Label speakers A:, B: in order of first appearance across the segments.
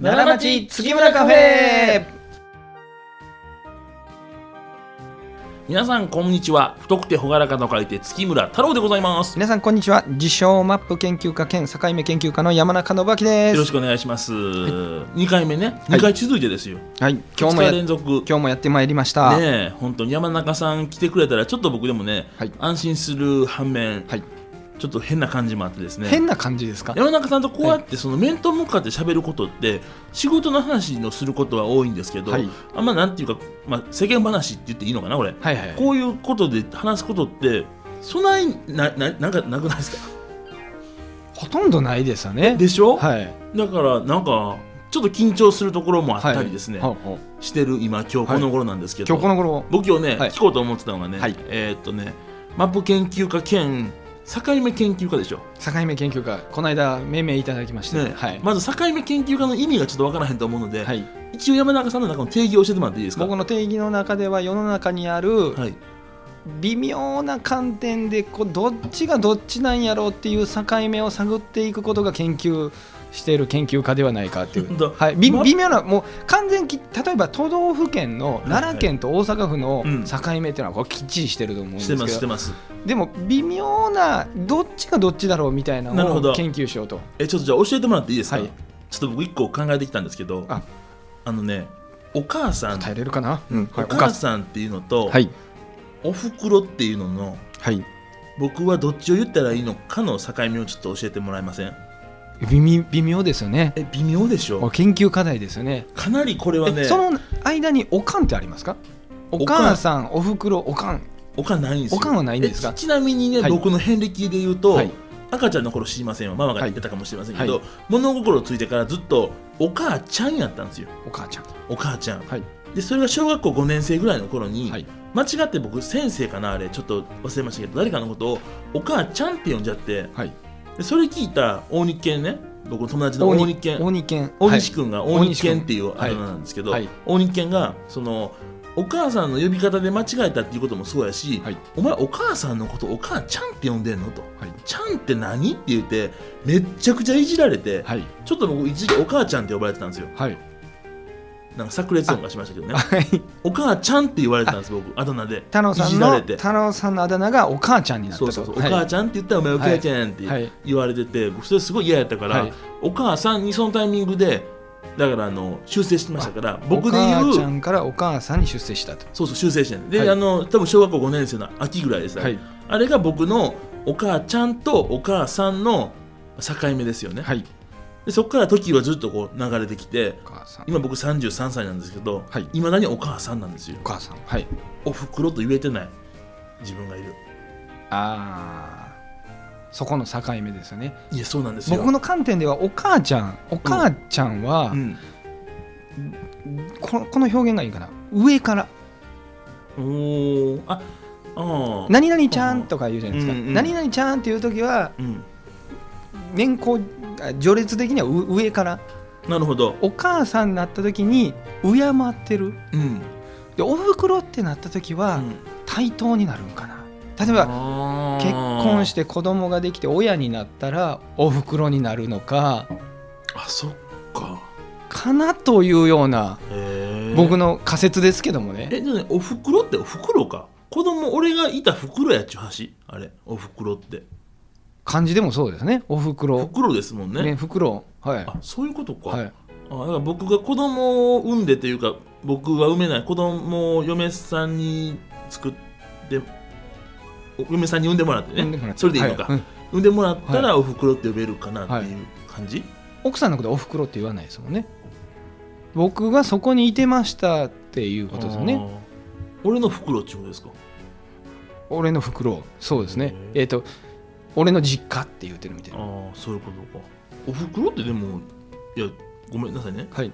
A: 奈良町月村カフェ
B: 皆さんこんにちは太くて朗らかと書いて月村太郎でございますよ
A: 皆さんこんにちは自称マップ研究家兼境目研究家の山中信明です
B: ろしくお願いします、二2回目ね
A: はい
B: 2回続いてですよ、
A: はい今日も
B: 二
A: や
B: 日連続
A: 今日もやってまいりました、
B: ねえ本当に山中さん来てくれたらちょっと僕でもね、
A: はい
B: 安心する反面、
A: はい
B: ちょっと変な感じもあってですね
A: 変な感じですか
B: 山中さんとこうやってその面と向かって喋ることって仕事の話のすることは多いんですけど、
A: はい
B: あんまなんていうか、まあ、世間話って言っていいのかなこれ、
A: はいはい
B: こういうことで話すことってそないなななんかなくないですか
A: ほとんどないですよね
B: でしょ、
A: はい
B: だからなんかちょっと緊張するところもあっ
A: はい
B: たりですね、
A: ほうほう
B: してる今今日この頃なんですけど、
A: 今日この頃
B: 僕今日ね、
A: はい
B: 聞こうと思ってたのがね、
A: はい
B: えーっとねマップ研究家兼境目研究家でしょ、
A: 境目研究家この間命名いただきまして、
B: ね
A: はい、
B: まず境目研究家の意味がちょっとわからへんと思うので、
A: はい、
B: 一応山中さんの中の定義を教えてもらっていいですか
A: 僕の定義の中では世の中にある
B: はい、
A: 微妙な観点でこうどっちがどっちなんやろうっていう境目を探っていくことが研究している研究家ではないかってい
B: 本
A: う、
B: 当
A: はい、び
B: ま
A: 微妙なもう完全き例えば都道府県の
B: はいはい
A: 奈良県と大阪府の
B: うん
A: 境目っていうのはこれきっちりしてると思うんで
B: し
A: す
B: て
A: け
B: ますして
A: ど
B: ます
A: でも微妙などっちがどっちだろうみたいな
B: なる
A: の
B: ほど
A: を研究しようと
B: えちょっとじゃあ教えてもらっていいですか、
A: はい
B: ちょっと僕一個考えてきたんですけど
A: あ
B: あのねお母さん
A: 耐えれるかな、うん
B: お
A: はい、お
B: 母
A: 母さ
B: さんっていうのと、
A: んはい
B: おふくろっていうのの
A: はい
B: 僕はどっちを言ったらいいのかの境目をちょっと教えてもらえません
A: 微妙微妙ですよね
B: え微妙でしょ
A: 研究課題ですよね
B: かなりこれはね
A: えその間におかんってありますかお母さんおふくろおかん
B: おかんないんですよ
A: おかんはないんですか
B: えちちなみにね、
A: はい
B: 僕の遍歴で言うと、
A: はい
B: 赤ちゃんの頃知りませんよママが言ってたかもしれませんけど、
A: はい
B: 物心ついてからずっとお母ちゃんやったんですよ
A: お母ちゃん
B: お母ちゃん
A: はい
B: でそれが小学校5年生ぐらいの頃に、
A: はい
B: 間違って僕先生かなあれちょっと忘れましたけど誰かのことをお母ちゃんって呼んじゃって
A: はい
B: でそれ聞いた大日犬ね僕の友達の大日犬
A: 大西県
B: 大西君が
A: はい
B: 大西犬っていうあだ名なんですけど、
A: はいはい
B: 大西犬がそのお母さんの呼び方で間違えたっていうこともそうやし、
A: はい
B: お前お母さんのことお母ちゃんって呼んでんのと、
A: はい
B: ちゃんって何って言ってめっちゃくちゃいじられて、
A: はい
B: ちょっと僕一時期お母ちゃんって呼ばれてたんですよ
A: はい
B: なんか炸裂音がしましたけどね
A: はい
B: お母ちゃんって言われてたんです僕あだ名で
A: 太郎さ
B: いじ
A: ん
B: ら
A: の
B: れて
A: 太郎さんのあだ名がお母ちゃんになった
B: そ
A: と
B: うそうそう、
A: は
B: お母
A: い
B: ちゃんって言ったらお前お母ちゃんって
A: はい
B: 言われてて、僕それすごい嫌やったから、
A: はい
B: お母さんにそのタイミングでだからあの修正してましたから僕で
A: お母ちゃ
B: 言うん
A: からお母さんに出世したと
B: そうそう修正してんで、
A: はい
B: あの多分小学校5年生の秋ぐらいです、
A: はい
B: あれが僕のお母ちゃんとお母さんの境目ですよね、
A: はい
B: でそこから時はずっとこう流れてきて
A: お母さん
B: 今僕33歳なんですけど
A: はい
B: いまだにお母さんなんですよ
A: お母さんはい
B: おふくろと言えてない自分がいる
A: あーそこの境目ですよね
B: いやそうなんですよ
A: 僕の観点ではお母ちゃんお母ちゃんは、
B: うん
A: このこの表現がいいかな上から
B: おーあああ
A: 何々ちゃんとか言うじゃないですか、
B: うんうん
A: 何々ちゃんっていう時は
B: うん
A: 年功あ序列的にはう上から
B: なるほど
A: お母さんになった時に敬ってる
B: うん
A: でおふくろってなった時は対等になるんかな例えば
B: ば
A: 結婚してて子供ができて親になったらおふくろになるのか
B: あそっか
A: かなというような
B: へえ
A: 僕の仮説ですけどもね
B: えでもねおふくろっておふくろか子供俺がいたふくろやっちゅう話あれおふくろって
A: 漢字でもそうですねおふく
B: ふ
A: ろ
B: くろですもんね
A: ねふくろはい
B: あそういうことか、
A: はい
B: あだから僕が子供を産んでというか僕は産めない子供を嫁さんに作ってお嫁さんに産んでもらって
A: 産んでもらっ
B: ね
A: て
B: それでいいのか、
A: はうん
B: 産んでもらったらおふくろって呼べるかなっていう感じ、
A: 奥さんのことおふくろって言わないですもんね僕がそこにいてましたっていうことですよね
B: あー俺の袋っちゅうことですか
A: 俺の袋そうですね
B: へー
A: えっ、と俺の実家って言ってるみたいな
B: ああそういうことかお袋ってでもいやごめんなさいね
A: はい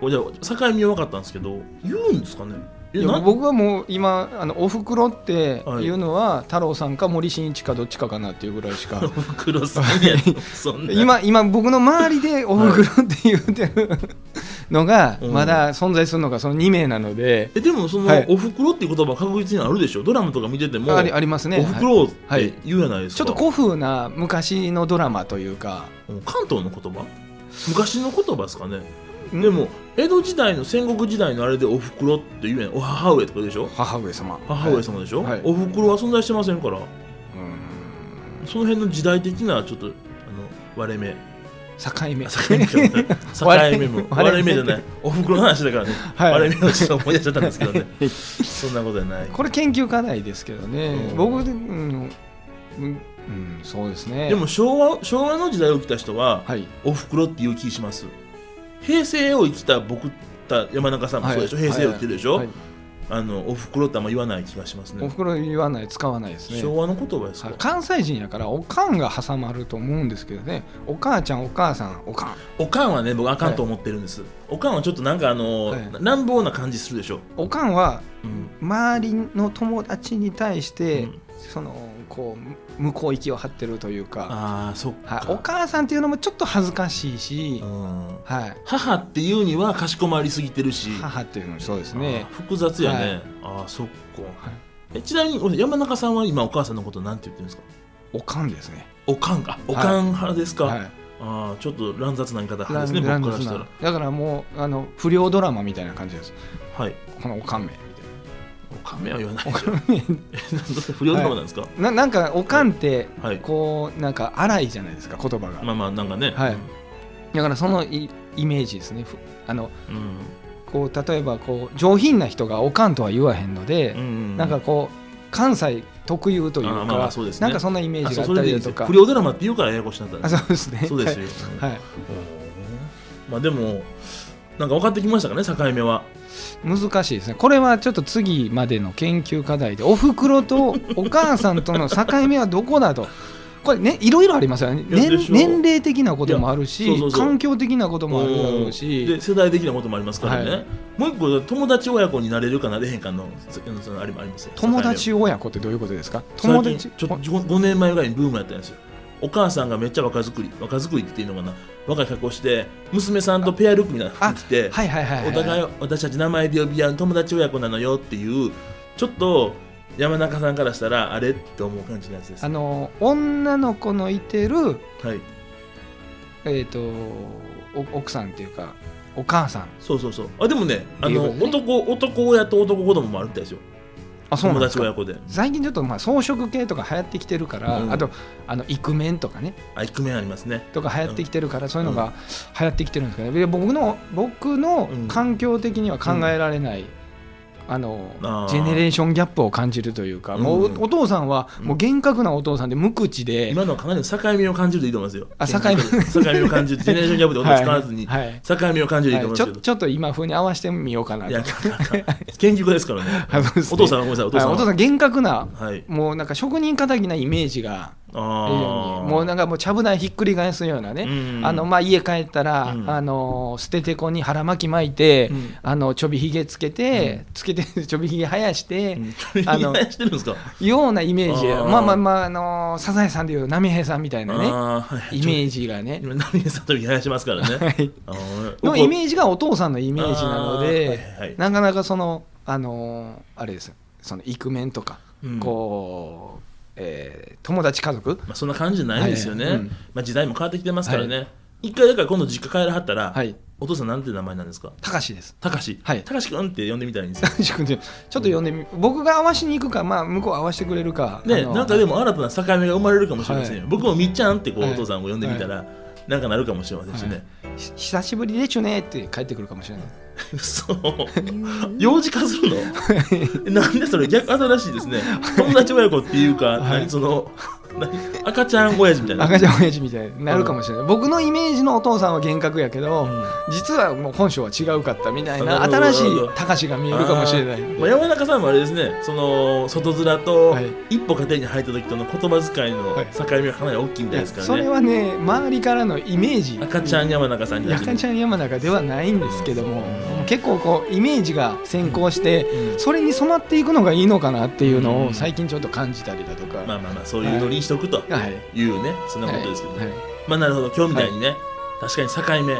B: おじゃあ境目は分かったんですけど言うんですかねえ
A: いや
B: な
A: 僕はもう今あのおふくろって
B: はい
A: いうのは、太郎さんか森進一かどっちかかなっていうぐらいし
B: お
A: か
B: 袋さんやとそんな
A: 今今僕の周りでおふくろって言うてるのが
B: うん
A: まだ存在するのがその2名なので、
B: えでもその、
A: はい
B: お袋っていう言葉確実にあるでしょドラマとか見てても
A: ありありますね
B: お袋って
A: はい
B: 言うじゃないで
A: ち
B: す
A: ょっ
B: か、
A: と古風な昔のドラマというか
B: うん関東の言葉昔の言葉ですかね
A: うん
B: でも江戸時代の戦国時代のあれでおふくろって言うやんお母上とかでしょ
A: 母上様
B: 母上様でしょ、
A: はい
B: おふくろは存在してませんから
A: はい
B: その辺の時代的なちょっとあの割れ目
A: うん境目
B: 境目
A: 割れ
B: 境目も割
A: 割
B: れ
A: れ
B: 目
A: 目
B: じゃないおふくろの話だからね、
A: はい
B: 割れ目をちょっと思い出しちゃったんですけどねそんなことはない
A: これ研究課題ですけどね、
B: うん
A: 僕でうん、うんうんそうですね
B: でも昭和昭和の時代を生きた人は、
A: はい
B: おふくろっていう気します平成を生きた僕た山中さんもそうでしょ、
A: はい
B: 平成を生きてるでしょ、
A: はい
B: あのおふくろってあんま言わない気がします
A: お
B: ね
A: ふくろ言わない使わないですね
B: 昭和の言葉ですか、
A: はい関西人やからおかんが挟まると思うんですけどねお母ちゃんお母さんおかん
B: おかんはね僕あかんと思ってるんです、おかんはちょっとなんかあの、
A: はい
B: 乱暴な感じするでしょ、
A: おかんは
B: うん
A: 周りの友達に対して、
B: うん
A: そのこう向こう行きを張ってるというか、
B: ああそっか、
A: はい、お母さんっていうのもちょっと恥ずかしいし、
B: うん
A: はい、
B: 母っていうにはかしこまりすぎてるし
A: 母っていうのもそうですね
B: あー複雑やね、
A: はい
B: ああそっか
A: はい
B: えちなみに山中さんは今お母さんのことなんて言ってるんですか
A: おかんですね。
B: おかんかおかん派ですか、
A: はい
B: ああちょっと乱雑な言い方派ですね
A: ラン
B: 僕
A: ラン
B: からした
A: な
B: ら
A: だからもうあの不良ドラマみたいな感じです
B: はい
A: このおかんめ
B: おかめは言わない
A: おかんめ
B: 不良ドラマなんですか、
A: な なんかおかんって
B: はい
A: こうなんか荒いじゃないですか言葉が、
B: まあまあなんかね
A: はいだからそのイイメージですねふあの
B: うん
A: こう例えばこう上品な人がおかんとは言わへんので
B: うんう、ん
A: なんかこう関西特有というか
B: あまあまあそうですね
A: なんかそんなイメージがあっ
B: あそうそ
A: た
B: れでい
A: り
B: い
A: だ
B: です
A: とか
B: よ不良ドラマって言うからややこしなったんで
A: あ
B: す
A: そうですね
B: そうですよ、
A: はい、はい
B: まあでもなんか分かってきましたかね境目は
A: 難しいですねこれはちょっと次までの研究課題でおふくろとお母さんとの境目はどこだとこれねいろいろありますよね
B: いやでし
A: 年
B: ょ
A: 年齢的なこともあるし
B: いやそうそうそう
A: 環境的なこともあるだろうし
B: で世代的なこともありますからね、
A: はい
B: もう一個友達親子になれるかなれへんかのそそのあれもありますよ
A: 友達親子ってどういうことですか
B: 最
A: 友
B: 近
A: 達
B: ちょっと5年前ぐらいにブームやったんですよお母さんがめっちゃ若作り若作りって言っていいのかな若い格好して娘さんとペアルックみたいな服着て、
A: はいはいはいはい
B: お互い私たち名前で呼び合う友達親子なのよっていうちょっと山中さんからしたらあれって思う感じのやつです、
A: あ
B: は
A: の女の子のいてる、
B: い、
A: えー、とお奥さんっていうかお母さん
B: そうそうそうあでもねあの
A: いいことね
B: 男男親と男子供もあるみたいですよ
A: あ
B: 友達親子で
A: 最近ちょっとまあ装飾系とか流行ってきてるから、
B: うん
A: あとあのイクメンとかね
B: あイクメンありますね
A: とか流行ってきてるから、そういうのが流行ってきてるんですけど、ね、いや僕の僕の
B: うん
A: 環境的には考えられない、あの
B: あー
A: ジェネレーションギャップを感じるというか、もう
B: うん
A: おお父さんは
B: うん
A: もう厳格なお父さんで無口で、
B: 今のはかなりの境目を感じるでいいと思いますよ
A: あ境目
B: 境目を感じるジェネレーションギャップで音使わずに、
A: はいはい
B: 境目を感じるでいいと
A: はい
B: 思い
A: ちょ
B: ますけど、
A: ちょっと今風に合わせてみようかないと
B: やあかんあかんあかん研究家ですからね
A: あそうです
B: お
A: ね
B: 父さんはごめんなさいお父さん
A: はい
B: は
A: お父さん厳格な
B: はい
A: もうなんか職人かたぎなイメージがあるよ
B: あ
A: う
B: あ
A: にもうなんかもうちゃぶ台ひっくり返すようなね、
B: うん
A: あのまあ、家帰ったら、
B: うん
A: あの捨ててこに腹巻き巻いて、
B: うん
A: あのちょびひげつけて、つけてちょびひげ生やして、
B: あ
A: あ
B: の
A: の
B: してるんですか
A: ようなイメージ
B: あー
A: まあまあまあ、あのサザエさんでいう波平さんみたいなねイメ
B: ジ
A: ージがね
B: 今ナミエさんと見合いしますか らね
A: はい
B: あー
A: のイメージがお父さんのイメージなので、
B: あーはいはいはい
A: なかなかそのあのーあれですそのイクメンとか、
B: うん
A: こう、えー友達家族
B: まあ、そんな感じじゃないですよね、
A: はいうん
B: まあ、時代も変わってきてますからね、
A: は
B: 一回だから今度実家帰らはったら、
A: はい
B: お父さんなんて名前なんですか
A: たかしです
B: たかし
A: はい
B: たかしくんって呼んでみたらいいんですよ
A: 三十君でちょっと呼んでみ、僕が合わしに行くか、まあ、向こう合わせてくれるか。あ
B: ね
A: の
B: なんかでも新たな境目が生まれるかもしれませんよ、
A: は
B: 僕もみっちゃんってこう、
A: はい
B: お父さんを呼んでみたら、なんかなるかもしれませんしね、
A: ひ久しぶりでちゅねって帰ってくるかもしれない。
B: そう幼児化するのなんでそれ逆新しいですね友達親子っていうか、
A: はい
B: 何その何赤ちゃん親父みたいな
A: 赤ちゃん親父みたいになるかもしれない。僕のイメージのお父さんは幻覚やけど、
B: うん
A: 実はもう本性は違うかったみたいな、
B: なるほど
A: 新しい
B: なるほど
A: たかしが見えるかもしれない。
B: あーまあ、山中さんもあれですね、その外面と
A: はい
B: 一歩家庭に入った時との言葉遣いの
A: はい
B: 境目がかなり大きいみたいですから
A: それ
B: ね。
A: はね、周りからのイメージ。
B: 赤ちゃん山中さんになって
A: 赤ちゃん山中ではないんですけども、もう結構こうイメージが先行して、
B: うん
A: それに染まっていくのがいいのかなっていうの
B: う
A: を
B: ん
A: 最近ちょっと感じたりだとか、
B: まあまあまあ、そういうノリにしとくと
A: はい、
B: いうね、そんなことですけど、
A: はいはい
B: まあなるほど、今日みたいにね、確かに境目、いっ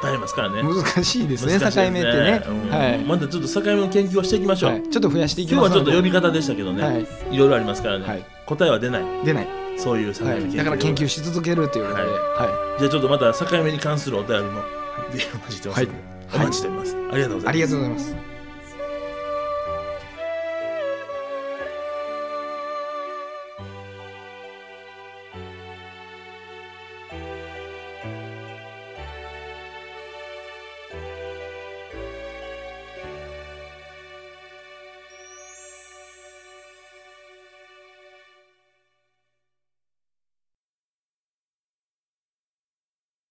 B: ぱいありますからね。
A: 難しいですね
B: 難しい
A: 境目ってね、
B: うん
A: はい
B: またちょっと境目の研究をしていきましょう。
A: はい、ちょっと増やしていき
B: 今
A: ま
B: 日は
A: す
B: ちょっと呼び
A: 方
B: 方でしたけどね、
A: はいい、
B: ろいろありますからね、
A: はい
B: 答えは出ない、
A: 出ない、
B: そういう境目
A: は
B: 研
A: い、
B: 究。
A: だから研究し続けるということで、
B: は
A: はい
B: じゃあちょっとまた境目に関するお便りもぜひお待ちしてますので、
A: はい
B: お待ちしております、ありがとうございます
A: ありがとうございます